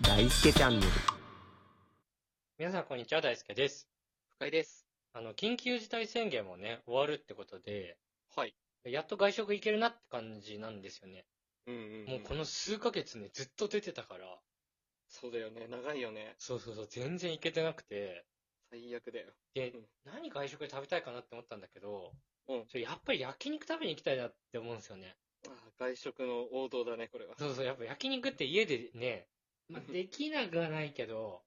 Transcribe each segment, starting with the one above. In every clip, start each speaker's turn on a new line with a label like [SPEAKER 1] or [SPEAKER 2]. [SPEAKER 1] 大輔チャンネル。
[SPEAKER 2] 皆さん、こんにちは。大輔です。
[SPEAKER 3] 深井です。
[SPEAKER 2] あの、緊急事態宣言もね、終わるってことで、
[SPEAKER 3] はい。
[SPEAKER 2] やっと外食行けるなって感じなんですよね。
[SPEAKER 3] うんうん、
[SPEAKER 2] もうこの数ヶ月ね、ずっと出てたから、
[SPEAKER 3] そうだよね。長いよね。
[SPEAKER 2] そうそうそう、全然行けてなくて、
[SPEAKER 3] 最悪だよ。
[SPEAKER 2] で
[SPEAKER 3] うん、
[SPEAKER 2] 何外食で食べたいかなって思ったんだけど、
[SPEAKER 3] うん
[SPEAKER 2] ちょやっぱり焼肉食べに行きたいなって思うんですよね。
[SPEAKER 3] ああ外食の王道だね、これは。
[SPEAKER 2] そうそう、やっぱ焼肉って家でね、まあ
[SPEAKER 3] うん
[SPEAKER 2] できなくはないけど、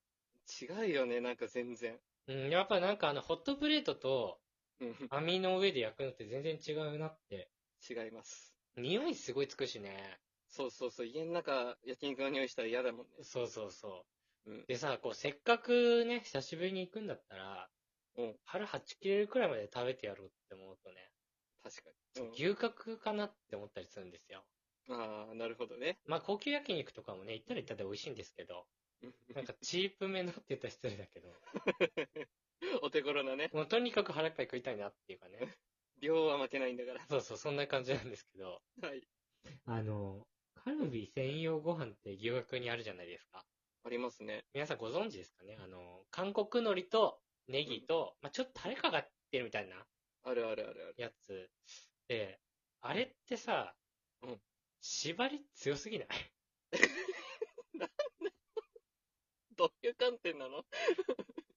[SPEAKER 3] 違うよね、なんか全然。
[SPEAKER 2] うん、やっぱなんかあの、ホットプレートと
[SPEAKER 3] うん、
[SPEAKER 2] 網の上で焼くのって全然違うなって。
[SPEAKER 3] 違います。
[SPEAKER 2] 匂いすごいつくしね。
[SPEAKER 3] そうそうそう。家の中、焼肉の匂いしたら嫌だもんね。
[SPEAKER 2] そうそうそうう。
[SPEAKER 3] ん。
[SPEAKER 2] でさ、こう、せっかくね、久しぶりに行くんだったら、
[SPEAKER 3] うん
[SPEAKER 2] 春8切れるくらいまで食べてやろうって思うとね、
[SPEAKER 3] 確かに。
[SPEAKER 2] 牛角かなって思ったりするんですよ。
[SPEAKER 3] うん、ああ、なるほどね。
[SPEAKER 2] まあ、高級焼肉とかもね、行ったら行ったで美味しいんですけ ど、
[SPEAKER 3] うん
[SPEAKER 2] なんかチープめのって言ったら失礼だけど、
[SPEAKER 3] お手頃なね。
[SPEAKER 2] もうとにかく腹いっぱい食いたいなっていうかね。
[SPEAKER 3] 量は負けないんだか
[SPEAKER 2] そうそう、そんな感じなんですけど、
[SPEAKER 3] ら。はい。
[SPEAKER 2] あの、カルビ専用ご飯って牛角にあるじゃないですか。
[SPEAKER 3] ありますね。
[SPEAKER 2] 皆さんご存知ですかねあの、韓国海苔とネギと、まあ、ちょっとタレかかってるみたいな
[SPEAKER 3] あるあるあるある。
[SPEAKER 2] やつで、あれってさ、
[SPEAKER 3] うん
[SPEAKER 2] 縛り強すぎない
[SPEAKER 3] どういう観点なの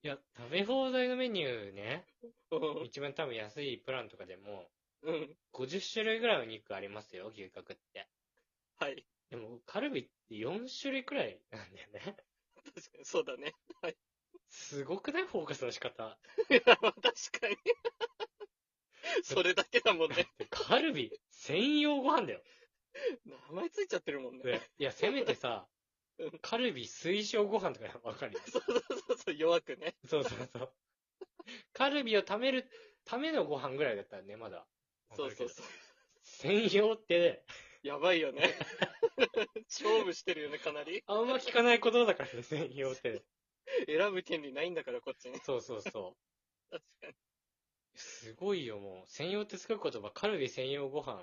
[SPEAKER 2] いや、食べ放題のメニューね、
[SPEAKER 3] うん
[SPEAKER 2] 一番多分安いプランとかでも、
[SPEAKER 3] うん。
[SPEAKER 2] 50種類ぐらいお肉ありますよ、牛角って。
[SPEAKER 3] はい。
[SPEAKER 2] でも、カルビって4種類くらいなんだよね。
[SPEAKER 3] 確かに、そうだね。
[SPEAKER 2] すごくないフォーカスの仕方。
[SPEAKER 3] いやまあ確かに。 それだけだもんね。
[SPEAKER 2] カルビ専用ご飯だよ。
[SPEAKER 3] 名前ついちゃってるもんね。
[SPEAKER 2] でいや、せめてさ
[SPEAKER 3] うん、
[SPEAKER 2] カルビ推奨ご飯とかわかるよ。
[SPEAKER 3] そうそうそうそう、弱くね。
[SPEAKER 2] そうそうそう。カルビを食べるためのご飯ぐらいだったらね、まだ。
[SPEAKER 3] そうそうそう。
[SPEAKER 2] 専用って、
[SPEAKER 3] やばいよね。勝負してるよね、かなり。
[SPEAKER 2] あんま聞かないことだからね、専用って。
[SPEAKER 3] 選ぶ権利ないんだから、こっちに。
[SPEAKER 2] そうそうそう。
[SPEAKER 3] 確かに。
[SPEAKER 2] すごいよ、もう。専用って使う言葉、カルビ専用ご飯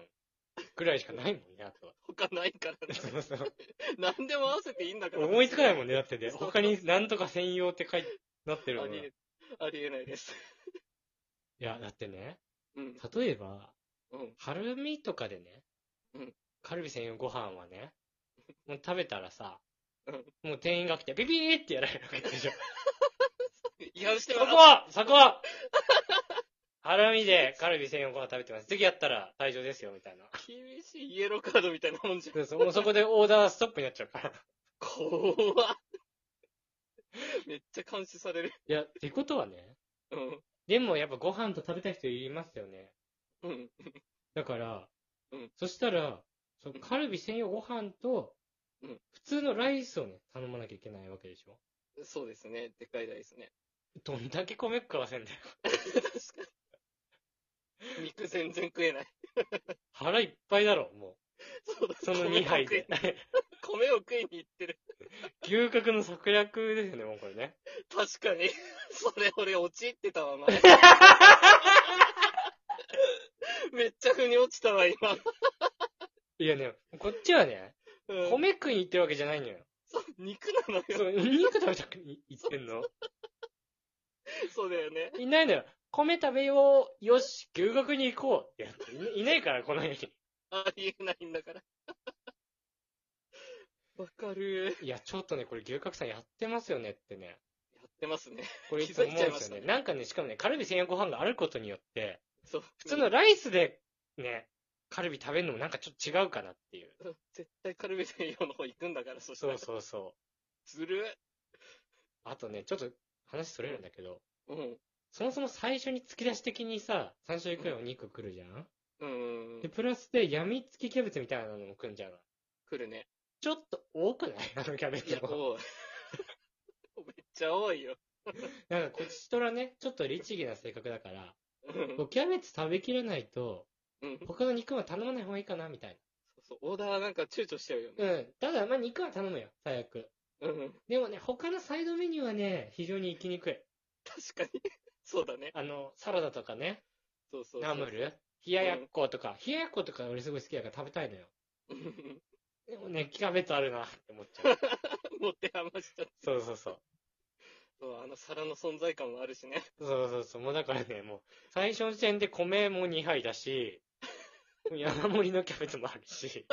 [SPEAKER 2] ぐらいしかないもんね、あとは。
[SPEAKER 3] 他ないからね。
[SPEAKER 2] そうそう。
[SPEAKER 3] 何でも合わせていいんだから。
[SPEAKER 2] 思いつかないもん
[SPEAKER 3] ね。
[SPEAKER 2] ね、だってね。 他になんとか専用って書いて、なってるも
[SPEAKER 3] あ
[SPEAKER 2] ん。
[SPEAKER 3] り
[SPEAKER 2] い
[SPEAKER 3] え、ありえないです。
[SPEAKER 2] や、だってね、
[SPEAKER 3] うん。
[SPEAKER 2] 例えば、
[SPEAKER 3] うん。
[SPEAKER 2] 春見とかでね、
[SPEAKER 3] うん
[SPEAKER 2] カルビ専用ご飯はね、もう食べたらさ、
[SPEAKER 3] うん
[SPEAKER 2] もう店員が来て、ビビーってやられるわけでしょ。
[SPEAKER 3] 違反して
[SPEAKER 2] そ
[SPEAKER 3] ま
[SPEAKER 2] こ
[SPEAKER 3] す。
[SPEAKER 2] そこハラミでカルビ専用ご飯食べてます。次やったら退場ですよ、みたいな。
[SPEAKER 3] 厳しいイエローカードみたいなもんじゃん。
[SPEAKER 2] そうそうもうそこでオーダーストップになっちゃうから。い
[SPEAKER 3] 怖っめっちゃ監視される。
[SPEAKER 2] や、ってことはね、
[SPEAKER 3] うん。
[SPEAKER 2] でもやっぱご飯と食べたい人いますよね。
[SPEAKER 3] うん。
[SPEAKER 2] だから、
[SPEAKER 3] うん
[SPEAKER 2] そしたら、その
[SPEAKER 3] うん
[SPEAKER 2] カルビ専用ご飯と、
[SPEAKER 3] うん
[SPEAKER 2] 普通のライスをね、頼まなきゃいけないわけでしょ。
[SPEAKER 3] そうですね。でかい台ですね。
[SPEAKER 2] どんだけ米食わせんだよ。
[SPEAKER 3] 確かに。肉全然食えない。
[SPEAKER 2] 腹いっぱいだろ、も
[SPEAKER 3] そうだ。
[SPEAKER 2] う。その2杯で。
[SPEAKER 3] 米を食いに米を食いに行ってる。
[SPEAKER 2] 牛角の策略ですよね、もうこれね。
[SPEAKER 3] 確かに。 それ俺陥ってたわ、前。 めっちゃ腑に落ちたわ、今。
[SPEAKER 2] いやね、こっちはね、
[SPEAKER 3] うん
[SPEAKER 2] 米食いに行ってるわけじゃないのよ。
[SPEAKER 3] そう肉なの
[SPEAKER 2] そ
[SPEAKER 3] よ。
[SPEAKER 2] う、肉食べたくに行ってんの
[SPEAKER 3] そうだよね。
[SPEAKER 2] いないのよ。米食べよう。よし、牛角に行こう。いや、いいないから、この世に。
[SPEAKER 3] ありえないんだから。 わかる。
[SPEAKER 2] いや、ちょっとね、これ牛角さんやってますよねってね。
[SPEAKER 3] やってますね。
[SPEAKER 2] これいつも思うんで
[SPEAKER 3] 気づいちゃいますした
[SPEAKER 2] よ
[SPEAKER 3] ね
[SPEAKER 2] ね。なんかね、しかもね、カルビ専用ご飯があることによって、
[SPEAKER 3] そう。
[SPEAKER 2] 普通のライスでね、カルビ食べるのもなんかちょっと違うかなっていう。
[SPEAKER 3] うん。絶対カルビ専用の方行くんだから、そした
[SPEAKER 2] そ
[SPEAKER 3] ら。
[SPEAKER 2] うそうそう。
[SPEAKER 3] ずる
[SPEAKER 2] あとね、ちょっと話それるんだけど、
[SPEAKER 3] い。うん。
[SPEAKER 2] そもそも最初に突き出し的にさ、3種類くらいお肉来るじゃん
[SPEAKER 3] うん
[SPEAKER 2] で、。プラスで病みつきキャベツみたいなのも来るんじゃん。
[SPEAKER 3] 来るね。
[SPEAKER 2] ちょっと多くない あのキャベ
[SPEAKER 3] い
[SPEAKER 2] ツ
[SPEAKER 3] や、
[SPEAKER 2] も。
[SPEAKER 3] 多い。 めっちゃ多いよ。
[SPEAKER 2] なんかこちとらね、ちょっと律儀な性格だから、
[SPEAKER 3] うん
[SPEAKER 2] こうキャベツ食べきれないと、
[SPEAKER 3] うん。
[SPEAKER 2] 他の肉は頼まない方がいいかな、みたい
[SPEAKER 3] そうそう、オーダーなんか躊躇しちゃうよ
[SPEAKER 2] な。
[SPEAKER 3] ね。
[SPEAKER 2] うん。ただ、まあ肉は頼むよ、最悪。
[SPEAKER 3] うん。
[SPEAKER 2] でもね、他のサイドメニューはね、非常に行きにくい。
[SPEAKER 3] 確かに。 そうだね。
[SPEAKER 2] あの、サラダとかね、
[SPEAKER 3] そうそうそう。
[SPEAKER 2] ナム ル、冷ややっことか、冷ややっことか俺すごい好きだから食べたいのよ。
[SPEAKER 3] うん
[SPEAKER 2] でもね、キャベツあるなって思っちゃう。
[SPEAKER 3] 持て余しちゃって。
[SPEAKER 2] そうそうそう。
[SPEAKER 3] そうあの皿の存在感もあるしね。
[SPEAKER 2] そうそうそう。もうだからね、もう、最初の時点で米も2杯だし、 山盛りのキャベツもあるし、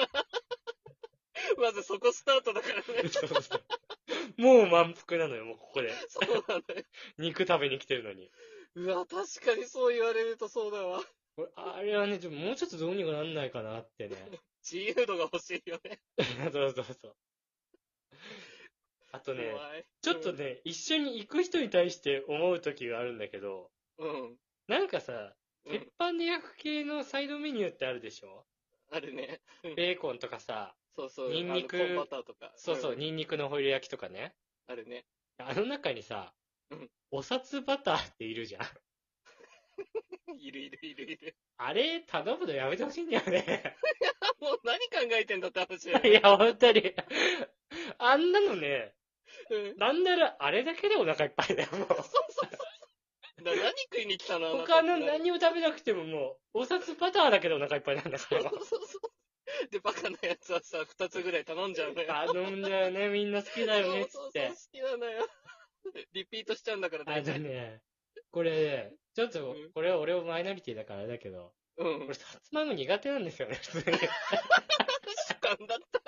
[SPEAKER 3] まずそこスタートだからね。
[SPEAKER 2] そうそう もう満腹なのよ、もうここで。
[SPEAKER 3] そうなんだよ。
[SPEAKER 2] 肉食べに来てるのに。
[SPEAKER 3] うわ、確かにそう言われるとそうだわ。
[SPEAKER 2] これあれはね、ちょもうちょっとどうにかなんないかなってね。
[SPEAKER 3] 自由度が欲しいよね。
[SPEAKER 2] そうそうそう。あとね、
[SPEAKER 3] 怖い。
[SPEAKER 2] ちょっとね、一緒に行く人に対して思う時があるんだけど、
[SPEAKER 3] うん。うん。
[SPEAKER 2] なんかさ、
[SPEAKER 3] う
[SPEAKER 2] 鉄
[SPEAKER 3] ん。
[SPEAKER 2] 板で焼く系のサイドメニューってあるでしょ
[SPEAKER 3] あるね。
[SPEAKER 2] ベーコンとかさ、
[SPEAKER 3] そうそう。
[SPEAKER 2] ニンニク
[SPEAKER 3] あのコーンバターとか。
[SPEAKER 2] そうそう、
[SPEAKER 3] ん
[SPEAKER 2] ニンニクのホイル焼きとかね。
[SPEAKER 3] あるね。
[SPEAKER 2] あの中にさ
[SPEAKER 3] うん、
[SPEAKER 2] お札バターっているじゃん。
[SPEAKER 3] いるいるいるいる。
[SPEAKER 2] あれ、頼むのやめてほしいんだよね。
[SPEAKER 3] もう何考えてんだって話だ よ
[SPEAKER 2] い
[SPEAKER 3] ね。
[SPEAKER 2] や、本当に。あんなのね、
[SPEAKER 3] うん。
[SPEAKER 2] なんならあれだけでお腹いっぱいだよ、もう
[SPEAKER 3] そう。そうそう。 だから何食いに来たのあなた
[SPEAKER 2] 他の何も食べなくてももう、お札バターだけでお腹いっぱいなんだか
[SPEAKER 3] そう
[SPEAKER 2] ら
[SPEAKER 3] そ。う そう。で、バカなやつはさ、二つぐらい頼んじゃうのよ。
[SPEAKER 2] 頼んだよね、みんな好きだよね、つ
[SPEAKER 3] そうそう
[SPEAKER 2] っ
[SPEAKER 3] そう、
[SPEAKER 2] て
[SPEAKER 3] 好。きなのよ。 リピートしちゃうんだから
[SPEAKER 2] あ
[SPEAKER 3] 大
[SPEAKER 2] の
[SPEAKER 3] 体。
[SPEAKER 2] ね、これね、ちょっと
[SPEAKER 3] うん、
[SPEAKER 2] これは俺もマイノリティだからあれだけど、
[SPEAKER 3] う ん。
[SPEAKER 2] 俺、さつまいも苦手なんですよね、普通に。
[SPEAKER 3] 主観だった。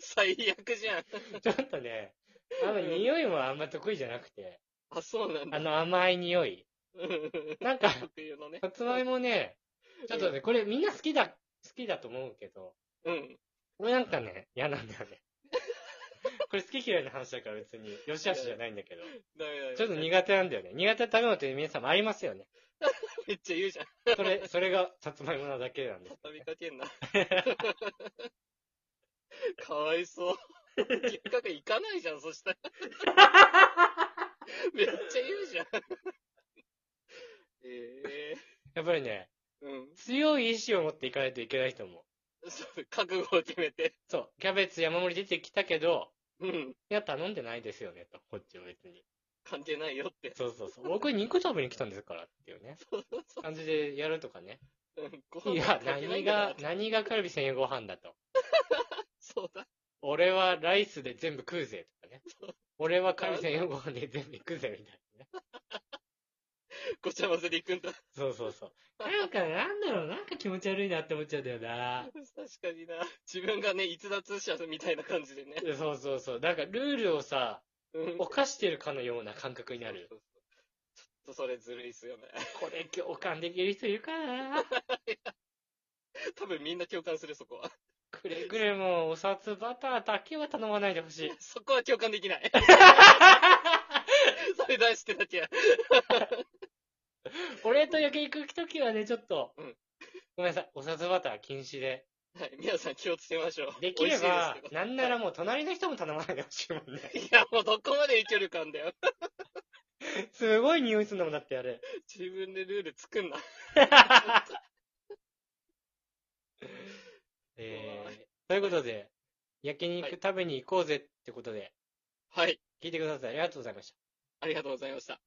[SPEAKER 3] 最悪じゃん。
[SPEAKER 2] ちょっとね、あの、
[SPEAKER 3] うん
[SPEAKER 2] 匂いもあんま得意じゃなくて、
[SPEAKER 3] あ、そうなんだ。
[SPEAKER 2] あの甘い匂い。
[SPEAKER 3] うん
[SPEAKER 2] なんか、
[SPEAKER 3] 特有のね。
[SPEAKER 2] さつまいもね、ちょっとね、これみんな好きだ、好きだと思うけど、
[SPEAKER 3] うん。
[SPEAKER 2] 俺なんかね、嫌なんだよね。 これ好き嫌いの話だから別に、よしあしじゃないんだけど、
[SPEAKER 3] だめだめ
[SPEAKER 2] ちょっと苦手なんだよね。苦手な食べ物って皆さんもありますよね。
[SPEAKER 3] めっちゃ言うじゃん。
[SPEAKER 2] それ、 それがさつまいもなだけなんです。
[SPEAKER 3] 畳みかけんな。 かわいそう。結果が行かないじゃん、そしたら。 めっちゃ言うじゃん。え
[SPEAKER 2] やっぱりね、
[SPEAKER 3] えうん。
[SPEAKER 2] 強い意志を持っていかないといけない人も。
[SPEAKER 3] そう覚悟を決めて。
[SPEAKER 2] そう、キャベツ山盛り出てきたけど、
[SPEAKER 3] うん。
[SPEAKER 2] いや、頼んでないですよね、と。こっちは別に。
[SPEAKER 3] 関係ないよって。
[SPEAKER 2] そうそうそう。僕肉食べに来たんですからっていうね。
[SPEAKER 3] そうそうそう
[SPEAKER 2] 感じでやるとかね。
[SPEAKER 3] うんご飯
[SPEAKER 2] いや
[SPEAKER 3] は、関
[SPEAKER 2] 何
[SPEAKER 3] 係ないんだ
[SPEAKER 2] が
[SPEAKER 3] な、
[SPEAKER 2] 何がカルビ専用ご飯だと。
[SPEAKER 3] そうだ。
[SPEAKER 2] 俺はライスで全部食うぜ、とかね。 俺はカルビ専用ご飯で全部行くぜ、みたいなね。
[SPEAKER 3] ごちゃ混ぜで行くんだ。
[SPEAKER 2] そうそうそう。なんか、なんだろう、なんか気持ち悪いなって思っちゃうんだよな。
[SPEAKER 3] 確かにな。自分がね、逸脱者みたいな感じでね。
[SPEAKER 2] そうそうそう。なんかルールをさ、
[SPEAKER 3] うん
[SPEAKER 2] 犯してるかのような感覚になる。
[SPEAKER 3] そうそうそうちょっとそれずるいっすよね。
[SPEAKER 2] これ共感できる人いるかな
[SPEAKER 3] 多分みんな共感する、そこは。
[SPEAKER 2] くれぐれもお札バターだけは頼まないでほ しい。
[SPEAKER 3] そこは共感できない。 それ出してなきゃ。
[SPEAKER 2] 俺と焼肉行くときはね、ちょっと、
[SPEAKER 3] うん
[SPEAKER 2] ごめんなさい、お札バター禁止で。
[SPEAKER 3] はい、皆さん気をつけましょう。
[SPEAKER 2] できれば
[SPEAKER 3] 美味しい、ですけど
[SPEAKER 2] なんならもう隣の人も頼まないでほしいもんね。
[SPEAKER 3] いや、もうどこまでいけるかんだよ。
[SPEAKER 2] すごい匂いするんだもんだってあれ。
[SPEAKER 3] 自分でルール作んな。
[SPEAKER 2] えー、ということで、焼肉食べに行こうぜってことで、
[SPEAKER 3] はい、
[SPEAKER 2] 聞いてください。ありがとうございました。
[SPEAKER 3] ありがとうございました。